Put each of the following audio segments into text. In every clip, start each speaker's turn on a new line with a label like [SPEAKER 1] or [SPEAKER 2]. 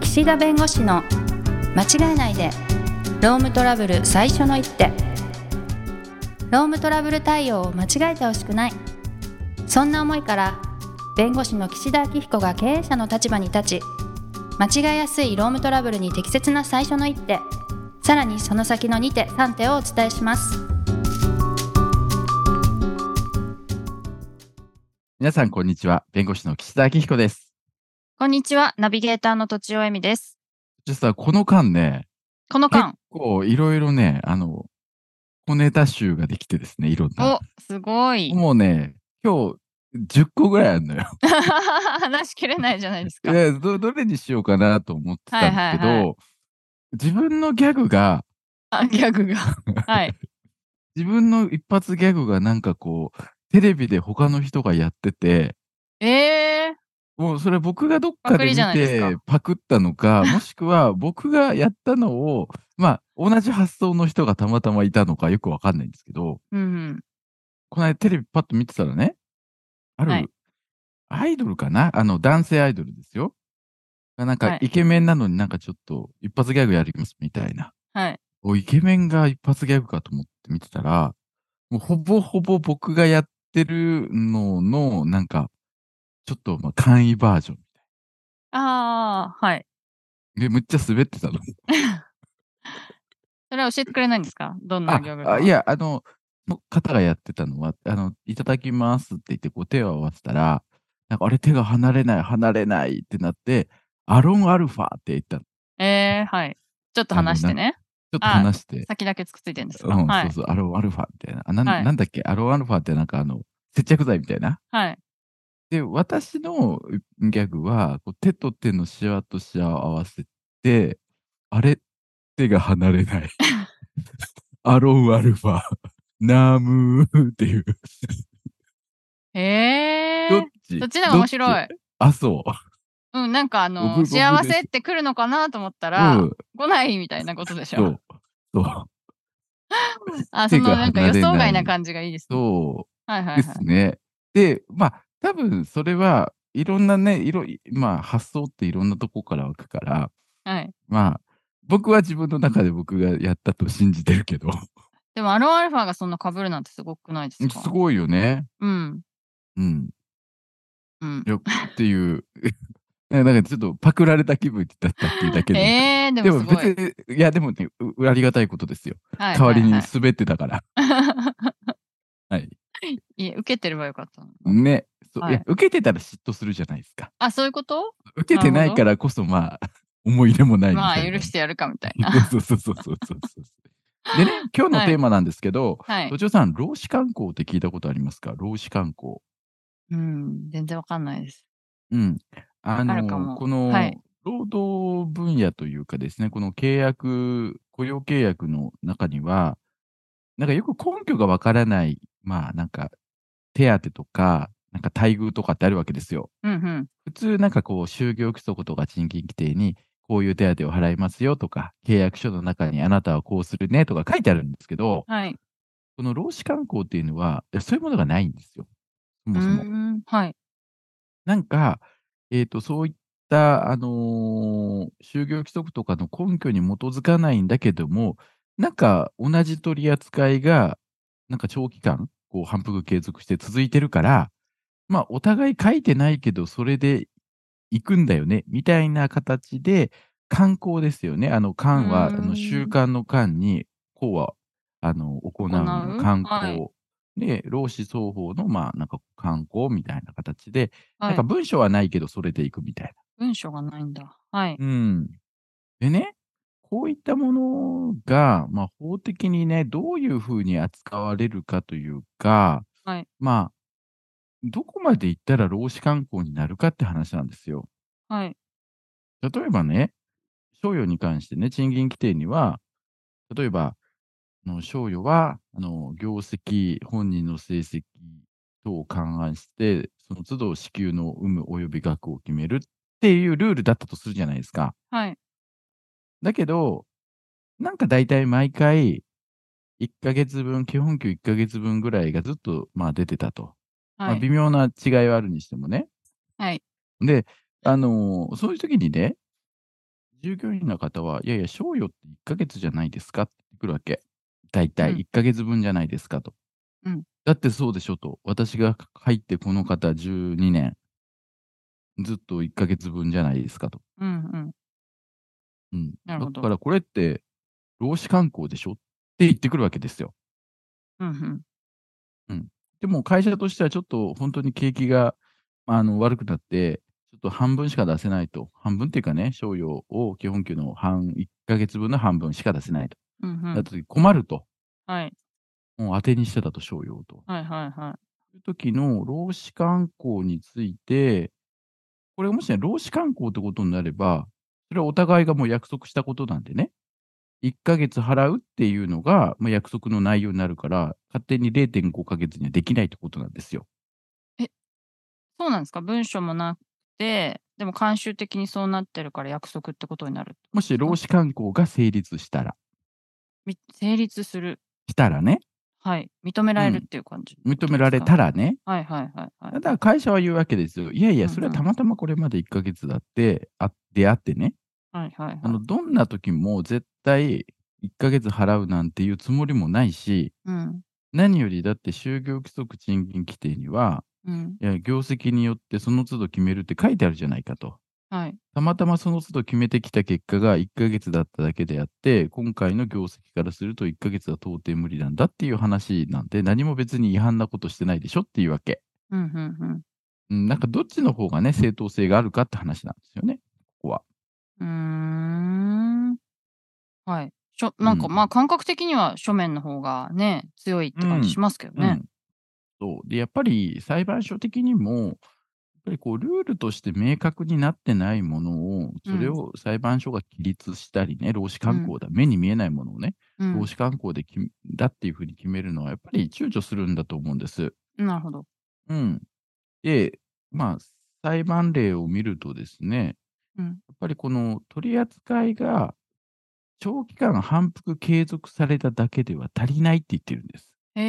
[SPEAKER 1] 岸田弁護士の間違えないでロームトラブル最初の一手ロームトラブル対応を間違えてほしくないそんな思いから弁護士の岸田明彦が経営者の立場に立ち間違えやすいロームトラブルに適切な最初の一手さらにその先の2手3手をお伝えします
[SPEAKER 2] 皆さん、こんにちは。弁護士の岸田明彦です。
[SPEAKER 1] こんにちはナビゲーターのとちおえみです
[SPEAKER 2] 実はこの間ね、
[SPEAKER 1] この間
[SPEAKER 2] こう、いろいろね、あの、小ネタ集ができてですね、いろんな
[SPEAKER 1] お。すごい
[SPEAKER 2] もうね、今日、10個ぐらいあるのよ。
[SPEAKER 1] 話しきれないじゃないですか
[SPEAKER 2] でどどれにしようかなと思ってたんですけど、
[SPEAKER 1] はいはい
[SPEAKER 2] 自分のギャグが、
[SPEAKER 1] あギャグがはい
[SPEAKER 2] 自分の一発ギャグがなんかこう、テレビで他の人がやってて、
[SPEAKER 1] ええ
[SPEAKER 2] もうそれ僕がどっか
[SPEAKER 1] パク
[SPEAKER 2] で
[SPEAKER 1] リ
[SPEAKER 2] 見
[SPEAKER 1] じゃないですか
[SPEAKER 2] てパクったの か、もしくは僕がやったのを、まあ同じ発想の人がたまたまいたのかよくわかんないんですけど、
[SPEAKER 1] うんうん
[SPEAKER 2] この間テレビパッと見てたらね、ある、
[SPEAKER 1] はい
[SPEAKER 2] アイドルかなあの男性アイドルですよ。がなん
[SPEAKER 1] は
[SPEAKER 2] か
[SPEAKER 1] い
[SPEAKER 2] イケメンなのになんかちょっと一発ギャグやりますみたいな。
[SPEAKER 1] はい
[SPEAKER 2] お、イケメンが一発ギャグかと思って見てたら、もうほぼほぼ僕がやってるのの、なんか、ちょっとまあ簡易バージョン。
[SPEAKER 1] ああはい
[SPEAKER 2] で、むっちゃ滑ってたの。
[SPEAKER 1] それは教えてくれないんですかどんな
[SPEAKER 2] あ
[SPEAKER 1] ギャグ
[SPEAKER 2] あ
[SPEAKER 1] か
[SPEAKER 2] いや、あの、の方がやってたのは、あの、いただきますって言って、こう手を合わせたら、なんか、あれ、手が離れない、離れないってなって、アロンアルファって言ったの。ち
[SPEAKER 1] ええはいちょっと話してね
[SPEAKER 2] ょっと話して。
[SPEAKER 1] 先だけつくついてるんです
[SPEAKER 2] う
[SPEAKER 1] か、
[SPEAKER 2] ん、
[SPEAKER 1] は
[SPEAKER 2] そ
[SPEAKER 1] いう
[SPEAKER 2] そう、アロンアルファみたいな。あなん,、
[SPEAKER 1] はい
[SPEAKER 2] なんだっけ、アロンアルファってなんか、あの、接着剤みたいな。
[SPEAKER 1] はい
[SPEAKER 2] で、私のギャグは、こう手と手のシワとシワを合わせて、あれ手が離れ ない。アロンアルファ、ナームーっていう。
[SPEAKER 1] ええ
[SPEAKER 2] どっち
[SPEAKER 1] そっちの方が面白
[SPEAKER 2] どっ
[SPEAKER 1] い
[SPEAKER 2] ち。あ、そう。
[SPEAKER 1] うん、なんかあ
[SPEAKER 2] 僕
[SPEAKER 1] の、
[SPEAKER 2] 僕
[SPEAKER 1] 幸
[SPEAKER 2] です
[SPEAKER 1] せって来るのかなと思ったら、
[SPEAKER 2] うん、
[SPEAKER 1] 来ないみたいなことでし
[SPEAKER 2] そ
[SPEAKER 1] ょ。
[SPEAKER 2] う。そう。
[SPEAKER 1] あ、そ
[SPEAKER 2] 手
[SPEAKER 1] の
[SPEAKER 2] が
[SPEAKER 1] なんか予
[SPEAKER 2] 離れない
[SPEAKER 1] 想外な感じがいいですね。
[SPEAKER 2] そ
[SPEAKER 1] はいは
[SPEAKER 2] う
[SPEAKER 1] い
[SPEAKER 2] で
[SPEAKER 1] はい
[SPEAKER 2] す。ね。で、まあ、多分それはいろんなね、いろい、まあ、発想っていろんなとこから湧くから、
[SPEAKER 1] はい、
[SPEAKER 2] まあ、僕は自分の中で僕がやったと信じてるけど、
[SPEAKER 1] でも、アロンアルファがそんな被るなんてすごくないですか
[SPEAKER 2] すごいよね。
[SPEAKER 1] うん。
[SPEAKER 2] うん。
[SPEAKER 1] うん。
[SPEAKER 2] よっていう、 なんかちょっとパクられた気分だったっていうだけで。
[SPEAKER 1] えー、で
[SPEAKER 2] で
[SPEAKER 1] も
[SPEAKER 2] も
[SPEAKER 1] すごい。
[SPEAKER 2] 別に、いや、でもね、うありがたいことですよ。
[SPEAKER 1] 代
[SPEAKER 2] 代わりに滑ってたから。はい。
[SPEAKER 1] いや、受けてればよかったのに。
[SPEAKER 2] ね。そう
[SPEAKER 1] は
[SPEAKER 2] い
[SPEAKER 1] い
[SPEAKER 2] や受けてたら嫉妬するじゃないですか。
[SPEAKER 1] あ、そういうこと
[SPEAKER 2] 受けてないからこそ、まあ、思い入れもないみ
[SPEAKER 1] ま
[SPEAKER 2] た
[SPEAKER 1] あ、
[SPEAKER 2] いな。
[SPEAKER 1] 許してやるかみたいな。
[SPEAKER 2] そうそうそうそうそうそう。でね、今日のテーマなんですけど、
[SPEAKER 1] はい
[SPEAKER 2] 土。壌さん、老子観光って聞いたことありますか老子観光。
[SPEAKER 1] うん、全然わかんないです。
[SPEAKER 2] うん。あ
[SPEAKER 1] あるかも
[SPEAKER 2] の、この、
[SPEAKER 1] はい
[SPEAKER 2] 労働分野というかですね、この契約、雇用契約の中には、なんかよく根拠がわからない、まあなんか、手当とか、なんか待遇とかってあるわけですよ。
[SPEAKER 1] うんうん。
[SPEAKER 2] 普通なんかこう、就業規則とか賃金規定に、こういう手当を払いますよとか、契約書の中にあなたはこうするねとか書いてあるんですけど、
[SPEAKER 1] はい。
[SPEAKER 2] この労使慣行っていうのは、いやそういうものがないんですよ。そうもそも。
[SPEAKER 1] ん。はい。
[SPEAKER 2] なんか、えっ、と、そういった、あのー就業規則とかの根拠に基づかないんだけども、なんか同じ取り扱いが、なんか長期間、こう反復継続して続いてるから、まあ、お互い書いてないけど、それで行くんだよね、みたいな形で、観光ですよね。あの、観は、あ
[SPEAKER 1] うーん
[SPEAKER 2] の、習慣の観に、こうは、あの、行う
[SPEAKER 1] 行う
[SPEAKER 2] の、観光。
[SPEAKER 1] はい
[SPEAKER 2] で、労使双方の、まあ、なんか観光みたいな形で、
[SPEAKER 1] は
[SPEAKER 2] なん
[SPEAKER 1] い
[SPEAKER 2] か。文章はないけど、それでいくみたい
[SPEAKER 1] 文章がないんだ。はい。
[SPEAKER 2] な。うん。でね、こういったものが、まあ、法的にね、どういうふうに扱われるかというか、
[SPEAKER 1] はい
[SPEAKER 2] まあ、どこまで行ったら労使慣行になるかって話なんですよ。
[SPEAKER 1] はい。
[SPEAKER 2] 例えばね、賞与に関してね、賃金規定には、例えば、あの賞与はあの業績、本人の成績等を勘案して、その都度支給の有無及び額を決めるっていうルールだったとするじゃないですか。
[SPEAKER 1] はい。
[SPEAKER 2] だけど、なんか大体毎回、1ヶ月分、基本給1ヶ月分ぐらいがずっと、まあ、出てたと。ま
[SPEAKER 1] は
[SPEAKER 2] あ、微
[SPEAKER 1] い。
[SPEAKER 2] 妙な違いはあるにしてもね。
[SPEAKER 1] はい。
[SPEAKER 2] で、あのーそういう時にね、従業員の方は、いやいや、賞与って1ヶ月じゃないですかって言ってくるわけ。大体
[SPEAKER 1] うん
[SPEAKER 2] 1ヶ月分じゃないですかと。
[SPEAKER 1] うん
[SPEAKER 2] だってそうでしょと。私が入ってこの方12年、ずっと1ヶ月分じゃないですかと。
[SPEAKER 1] うんうん。
[SPEAKER 2] うん、
[SPEAKER 1] なるほど
[SPEAKER 2] だからこれって、労使慣行でしょって言ってくるわけですよ。
[SPEAKER 1] うんうん。
[SPEAKER 2] でも会社としてはちょっと本当に景気があの悪くなって、ちょっと半分しか出せないと。半分っていうかね、賞与を基本給の半、1ヶ月分の半分しか出せないと。
[SPEAKER 1] うんう
[SPEAKER 2] だ
[SPEAKER 1] ん。
[SPEAKER 2] と困ると。
[SPEAKER 1] はい。
[SPEAKER 2] もう当てにしてたと、賞与と。
[SPEAKER 1] はいはいは
[SPEAKER 2] そういう時の労使慣行について、これもしね、労使慣行ってことになれば、それはお互いがもう約束したことなんでね、1ヶ月払うっていうのが、まあ、約束の内容になるから、勝手に0.5ヶ月にはできないってことなんですよ。
[SPEAKER 1] い。そうなんですか文書もなくて、でも慣習的にそうなってるから約束ってことになる。
[SPEAKER 2] もし労使慣行が成立したら、
[SPEAKER 1] み成立する。
[SPEAKER 2] したらね、
[SPEAKER 1] はい。認められ
[SPEAKER 2] う
[SPEAKER 1] る
[SPEAKER 2] ん
[SPEAKER 1] っていう感じ。
[SPEAKER 2] 認められた
[SPEAKER 1] ら。
[SPEAKER 2] らね、
[SPEAKER 1] はいはいはいはい
[SPEAKER 2] た。だ会社は言うわけですよ。いやい
[SPEAKER 1] うんう
[SPEAKER 2] や、
[SPEAKER 1] ん
[SPEAKER 2] それはたまたまこれまで1ヶ月だって、あ出会ってね、
[SPEAKER 1] はいはい
[SPEAKER 2] あ
[SPEAKER 1] はい
[SPEAKER 2] の、。どんな時も絶対1ヶ月払うなんていうつもりもないし、
[SPEAKER 1] うん。
[SPEAKER 2] 何よりだって就業規則賃金規定には、
[SPEAKER 1] うん。
[SPEAKER 2] いや業績によってその都度決めるって書いてあるじゃないかと。
[SPEAKER 1] はい。
[SPEAKER 2] たまたまその都度決めてきた結果が1ヶ月だっただけであって、今回の業績からすると1ヶ月は到底無理なんだっていう話なんで、何も別に違反なことしてないでしょっていうわけ。
[SPEAKER 1] うんうんうん。
[SPEAKER 2] うん、なんかどっちの方がね、正当性があるかって話なんですよね。
[SPEAKER 1] うーんはい。しょなんか、
[SPEAKER 2] うん
[SPEAKER 1] まあ感覚的には書面の方がね、強いって感じしますけどね。
[SPEAKER 2] うん、そうでやっぱり裁判所的にも、やっぱりこうルールとして明確になってないものを、それを裁判所が規律したりね、労使慣行だ、目に見えないものをね、
[SPEAKER 1] うん
[SPEAKER 2] 労使慣行できだっていうふうに決めるのは、やっぱり躊躇するんだと思うんです。
[SPEAKER 1] なるほど。
[SPEAKER 2] うん、で、まあ、裁判例を見るとですね、
[SPEAKER 1] うん
[SPEAKER 2] やっぱりこの取り扱いが長期間反復継続されただけでは足りないって言ってるんです。
[SPEAKER 1] へ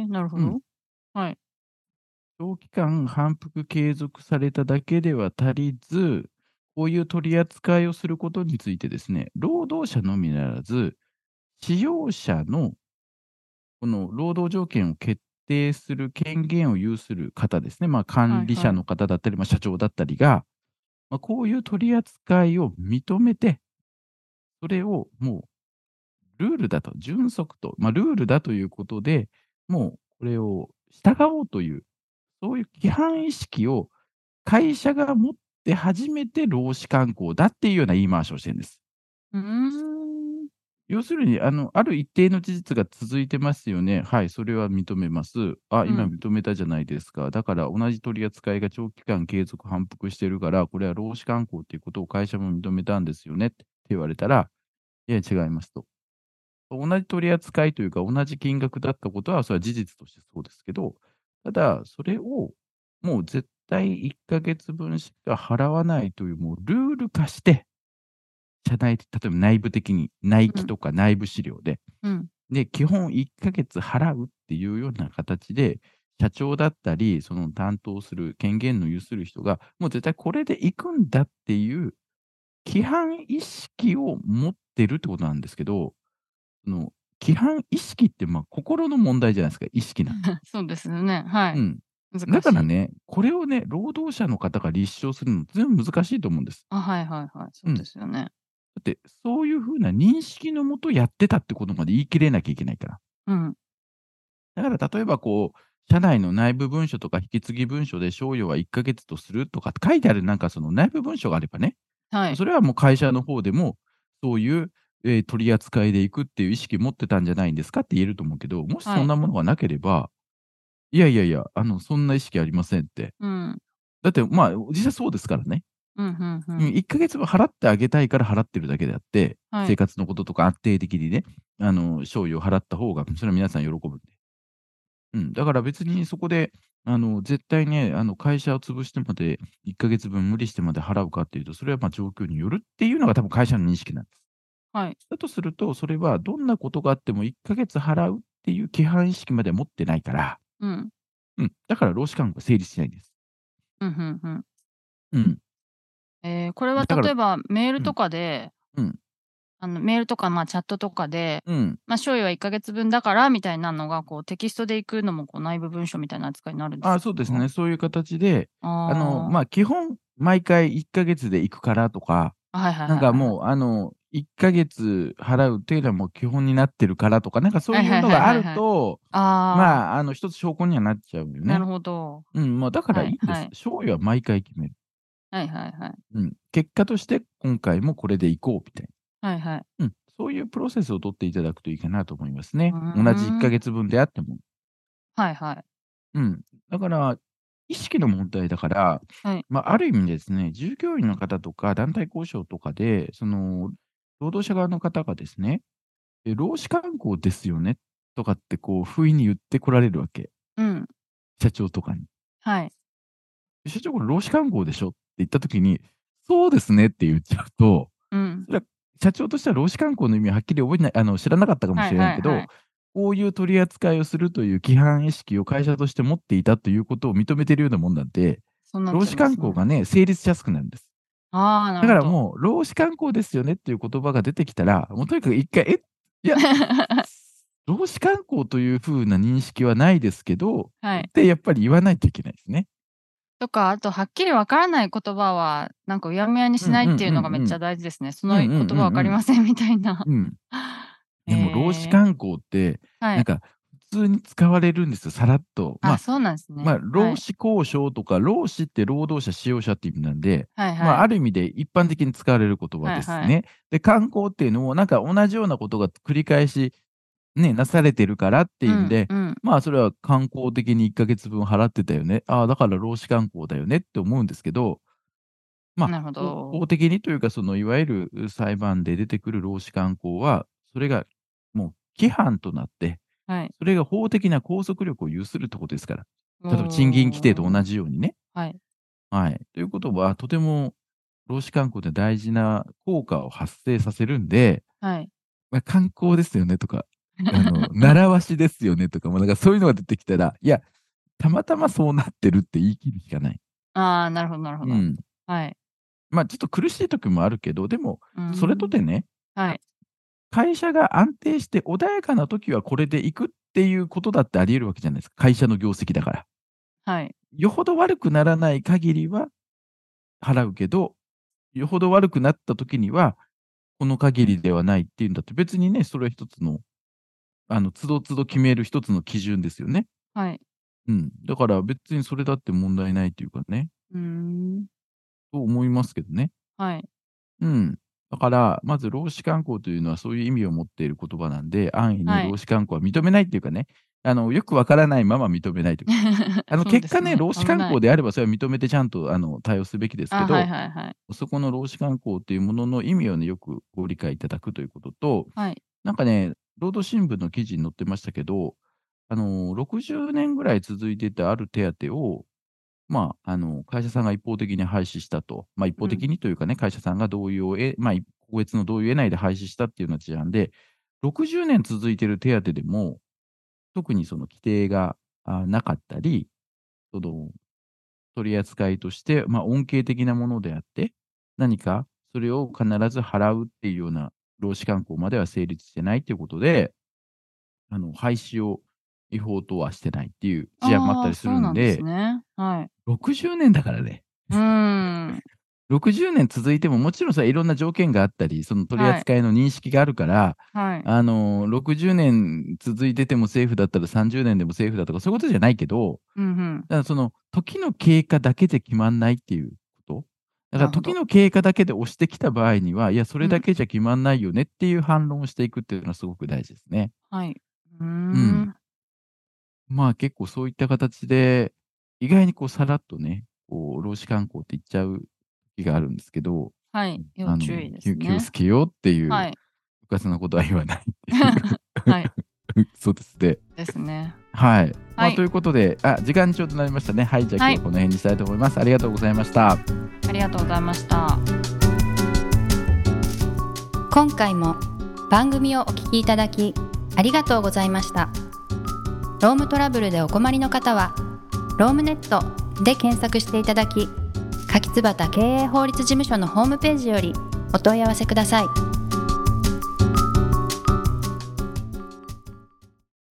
[SPEAKER 1] え、なるほど。
[SPEAKER 2] うん
[SPEAKER 1] はい。
[SPEAKER 2] 長期間反復継続されただけでは足りず、こういう取り扱いをすることについてですね、労働者のみならず、使用者のこの労働条件を決定する権限を有する方ですね、まあ、管理
[SPEAKER 1] はい
[SPEAKER 2] 者
[SPEAKER 1] はい
[SPEAKER 2] の方だったり、まあ、社長だったりが、まあ、こういう取り扱いを認めて、それをもうルールだと、準則と、まあ、ルールだということで、もうこれを従おうという、そういう規範意識を会社が持って初めて労使慣行だっていうような言い回しをしてるんです。
[SPEAKER 1] うーん。
[SPEAKER 2] 要するにあの、ある一定の事実が続いてますよね。はい、それは認めます。あ、今
[SPEAKER 1] うん
[SPEAKER 2] 認めたじゃないですか。だから同じ取り扱いが長期間継続反復してるから、これは労使慣行っていうことを会社も認めたんですよねって言われたら、いや、違いますと。同じ取り扱いというか、同じ金額だったことは、それは事実としてそうですけど、ただ、それをもう絶対1ヶ月分しか払わないという、もうルール化して、社内、例えば内部的に、内規とか内部資料で、
[SPEAKER 1] うん。
[SPEAKER 2] で、基本1ヶ月払うっていうような形で、社長だったり、その担当する、権限の有する人が、もう絶対これで行くんだっていう、規範意識を持ってるってことなんですけど、その規範意識って、まあ、心の問題じゃないですか、意識なんて。
[SPEAKER 1] そうですよね。はい。
[SPEAKER 2] うん。
[SPEAKER 1] 難しい。
[SPEAKER 2] だから。ね、これをね、労働者の方が立証するの、全部難しいと思うんです。
[SPEAKER 1] あ、はいはいはい。そうですよね。
[SPEAKER 2] だって、そういうふうな認識のもとやってたってことまで言い切れなきゃいけないから。
[SPEAKER 1] うん。
[SPEAKER 2] だから例えばこう、社内の内部文書とか引き継ぎ文書で、賞与は1ヶ月とするとかって書いてあるなんかその内部文書があればね、
[SPEAKER 1] はい。
[SPEAKER 2] それはもう会社の方でも、そういう、えー取り扱いでいくっていう意識持ってたんじゃないんですかって言えると思うけど、もし
[SPEAKER 1] はい
[SPEAKER 2] そんなものがなければ、い、やいやいや、あの、そんな意識ありませんって。
[SPEAKER 1] うん。
[SPEAKER 2] だって、まあ、実際そうですからね。
[SPEAKER 1] うんうんう。
[SPEAKER 2] うんん、1ヶ月分払ってあげたいから払ってるだけであって、
[SPEAKER 1] は
[SPEAKER 2] 生
[SPEAKER 1] い。
[SPEAKER 2] 活のこととか安定的にね、あの、賞与を払った方が、それは皆さん喜ぶんで。うん、だから別にそこで、あの、絶対ね、あの、会社を潰してまで、1ヶ月分無理してまで払うかっていうと、それはまあ状況によるっていうのが多分会社の認識なんです。
[SPEAKER 1] はい。
[SPEAKER 2] だとすると、それはどんなことがあっても1ヶ月払うっていう規範意識までは持ってないから、
[SPEAKER 1] うん。
[SPEAKER 2] うん、だから労使間が成立しないんです。
[SPEAKER 1] うんうんうん。
[SPEAKER 2] うん、
[SPEAKER 1] えーこれは
[SPEAKER 2] だから
[SPEAKER 1] 例えばメールとかで、
[SPEAKER 2] うん
[SPEAKER 1] あのメールとか、まあ、チャットとかで、
[SPEAKER 2] うん。
[SPEAKER 1] まあ、賞与は1ヶ月分だからみたいなのがこうテキストでいくのもこう内部文書みたいな扱いになるんですか
[SPEAKER 2] あそうですね。。そういう形で、
[SPEAKER 1] あ
[SPEAKER 2] あの、
[SPEAKER 1] ま
[SPEAKER 2] まあ、基本、毎回1ヶ月で行くからとか、
[SPEAKER 1] あ、はいはいはい
[SPEAKER 2] なんかもう、あの、1ヶ月払うっていうのはもう基本になってるからとか、なんかそういうのがある
[SPEAKER 1] はいはいはい
[SPEAKER 2] と、
[SPEAKER 1] あー、
[SPEAKER 2] まあ、あの、一つ証拠にはなっちゃうよね。
[SPEAKER 1] なるほど。
[SPEAKER 2] うん、まあ、だからいいです。
[SPEAKER 1] はいはい
[SPEAKER 2] 勝利は毎回決める。
[SPEAKER 1] はいはいはい。
[SPEAKER 2] うん。結果として、今回もこれで行こうみたい
[SPEAKER 1] はいはい。
[SPEAKER 2] な。うん。そういうプロセスを取っていただくといいかなと思いますね。
[SPEAKER 1] う
[SPEAKER 2] 同
[SPEAKER 1] ーん
[SPEAKER 2] じ1ヶ月分であっても。
[SPEAKER 1] はいはい。
[SPEAKER 2] うん。だから、意識の問題だから、
[SPEAKER 1] はい
[SPEAKER 2] まあ、ある意味ですね、従業員の方とか団体交渉とかで、その、労働者側の方がですね、え労使慣行ですよねとかって、こう、不意に言ってこられるわけ。
[SPEAKER 1] うん。
[SPEAKER 2] 社長とかに。
[SPEAKER 1] はい。
[SPEAKER 2] 社長、これ労使慣行でしょって言ったときに、そうですねって言っちゃうと、
[SPEAKER 1] うん。
[SPEAKER 2] 社長としては労使慣行の意味ははっきり覚えてない、あの、知らなかったかもしれないけど、
[SPEAKER 1] はいはいはい
[SPEAKER 2] こういう取り扱いをするという規範意識を会社として持っていたということを認めているようなもんなんで、
[SPEAKER 1] そんなっちゃ
[SPEAKER 2] 労
[SPEAKER 1] いま
[SPEAKER 2] 使
[SPEAKER 1] すね
[SPEAKER 2] 慣行。がね、成立しやすくなるんです。
[SPEAKER 1] ああ、な
[SPEAKER 2] だ
[SPEAKER 1] る
[SPEAKER 2] から
[SPEAKER 1] ほど。
[SPEAKER 2] もう、労使慣行ですよねっていう言葉が出てきたら、もうとにかく一回、え、いや、労使慣行というふうな認識はないですけど、
[SPEAKER 1] はい。
[SPEAKER 2] ってやっぱり言わないといけないですね。
[SPEAKER 1] とか、あと、はっきりわからない言葉は、なんかうやむやにしないっていうのがめっちゃ大事ですね。その
[SPEAKER 2] うんうんうんうん
[SPEAKER 1] 言葉わかりませんみたいな。
[SPEAKER 2] うん。でも、労使
[SPEAKER 1] 行
[SPEAKER 2] 慣行って、
[SPEAKER 1] は
[SPEAKER 2] なん
[SPEAKER 1] い。
[SPEAKER 2] か、普通に使われるんですよ、さらっと。ま
[SPEAKER 1] あ、
[SPEAKER 2] あ、
[SPEAKER 1] そうなんですね。
[SPEAKER 2] まあ、
[SPEAKER 1] はい
[SPEAKER 2] 労使交渉とか、労使って労働者、使用者って意味なんで、
[SPEAKER 1] はい
[SPEAKER 2] まあ、
[SPEAKER 1] は
[SPEAKER 2] ある意味で一般的に使われる言葉ですね。
[SPEAKER 1] はいは
[SPEAKER 2] で、観光っていうのも、なんか同じようなことが繰り返し、ね、なされてるからって
[SPEAKER 1] い。
[SPEAKER 2] いうんで、
[SPEAKER 1] うんうん
[SPEAKER 2] まあ、それは観光的に1ヶ月分払ってたよね。ああ、だから労使観光だよねって思うんですけど、まあ
[SPEAKER 1] なるほど。
[SPEAKER 2] 法的にというか、そのいわゆる裁判で出てくる労使観光は、それがもう規範となって、
[SPEAKER 1] はい。
[SPEAKER 2] それが法的な拘束力を有するってことですから。例えば賃金規定と同
[SPEAKER 1] じ。
[SPEAKER 2] じようにね。
[SPEAKER 1] はい。
[SPEAKER 2] はい。ということは、とても労使慣行って大事な効果を発生させるんで、
[SPEAKER 1] はい。
[SPEAKER 2] まあ、観光ですよねとか、あの習わしですよねとか、もうなんかそういうのが出てきたら、いや、たまたまそうなってるって言い切るしかない。
[SPEAKER 1] ああ、なるほど、なるほ
[SPEAKER 2] う
[SPEAKER 1] ど。
[SPEAKER 2] ん。
[SPEAKER 1] はい。
[SPEAKER 2] まあ、ちょっと苦しい時もあるけど、でも、
[SPEAKER 1] うん
[SPEAKER 2] それとてね、
[SPEAKER 1] はい。
[SPEAKER 2] 会社が安定して穏やかな時はこれでいくっていうことだってあり得るわけじゃないですか。会社の業績だから。
[SPEAKER 1] はい。
[SPEAKER 2] よほど悪くならない限りは払うけど、よほど悪くなった時には、この限りではないっていうんだって、別にね、それは一つの、あの、つどつど決める一つの基準ですよね。
[SPEAKER 1] はい。
[SPEAKER 2] うん。だから別にそれだって問題ないというかね、
[SPEAKER 1] うーん。
[SPEAKER 2] と思いますけどね。
[SPEAKER 1] はい。
[SPEAKER 2] うん。だから、まず、労使慣行というのはそういう意味を持っている言葉なんで、安易
[SPEAKER 1] はい
[SPEAKER 2] に労使慣行は認めないっていうかね、あの、よくわからないまま認めないというか、 あの、
[SPEAKER 1] そうです
[SPEAKER 2] 結果ね、労使慣行であれば、それは認めてちゃんと、あの、対応すべきですけ
[SPEAKER 1] あ
[SPEAKER 2] ど、
[SPEAKER 1] はいはいはい。
[SPEAKER 2] そこの労使慣行というものの意味をね、よくご理解いただくということと、
[SPEAKER 1] はい。
[SPEAKER 2] なんかね、労働新聞の記事に載ってましたけど、あの、60年ぐらい続いてたある手当を、まあ、あの、会社さんが一方的に廃止したと。まあ、一方的にというかね、会社さんが同意を得、まあ、個別の同意を得ないで廃止したっていうような事案で、60年続いてる手当でも、特にその規定があなかったり、その、取り扱いとして、まあ、恩恵的なものであって、何かそれを必ず払うっていうような労使慣行までは成立してないということで、あの、廃止を違法とはしてないっていう事案もあったりする
[SPEAKER 1] あーそうんなん
[SPEAKER 2] で、
[SPEAKER 1] ですね。はい。
[SPEAKER 2] 60年だからね。
[SPEAKER 1] うーん。
[SPEAKER 2] 60年続いても、もちろんさ、いろんな条件があったり、その取り扱いの認識があるから、
[SPEAKER 1] はい。
[SPEAKER 2] あの、60年続いててもセーフだったら30年でもセーフだとか、そういうことじゃないけど、
[SPEAKER 1] うんうん。
[SPEAKER 2] だからその、時の経過だけで決まんないっていうこと。だから
[SPEAKER 1] なるほど
[SPEAKER 2] 時の経過だけで押してきた場合には、いや、それだけじゃ決まんないよねっていう反論をしていくっていうのはすごく大事ですね。
[SPEAKER 1] はい。うー
[SPEAKER 2] うん
[SPEAKER 1] ん。
[SPEAKER 2] まあ結構そういった形で、意外にこうさらっとね、こう、労使慣行って言っちゃう時があるんですけど、
[SPEAKER 1] はい。
[SPEAKER 2] あ
[SPEAKER 1] 要
[SPEAKER 2] の
[SPEAKER 1] 注意です
[SPEAKER 2] 気気を
[SPEAKER 1] ね。
[SPEAKER 2] つけようっていう、
[SPEAKER 1] はい。
[SPEAKER 2] うかつなことは言わないっていう
[SPEAKER 1] はい。
[SPEAKER 2] そうですね。
[SPEAKER 1] ですね。
[SPEAKER 2] はい。まあ、
[SPEAKER 1] はい
[SPEAKER 2] ということで、あ、時間ちょうどなりましたね。はい、じゃあ
[SPEAKER 1] は
[SPEAKER 2] 今
[SPEAKER 1] い
[SPEAKER 2] 日はこの辺にしたいと思います。ありがとうございました。
[SPEAKER 1] ありがとうございました。
[SPEAKER 3] 今回も番組をお聞きいただきありがとうございましたロームトラブルでお困りの方はロームネットで検索していただき柿椿経営法律事務所のホームページよりお問い合わせください。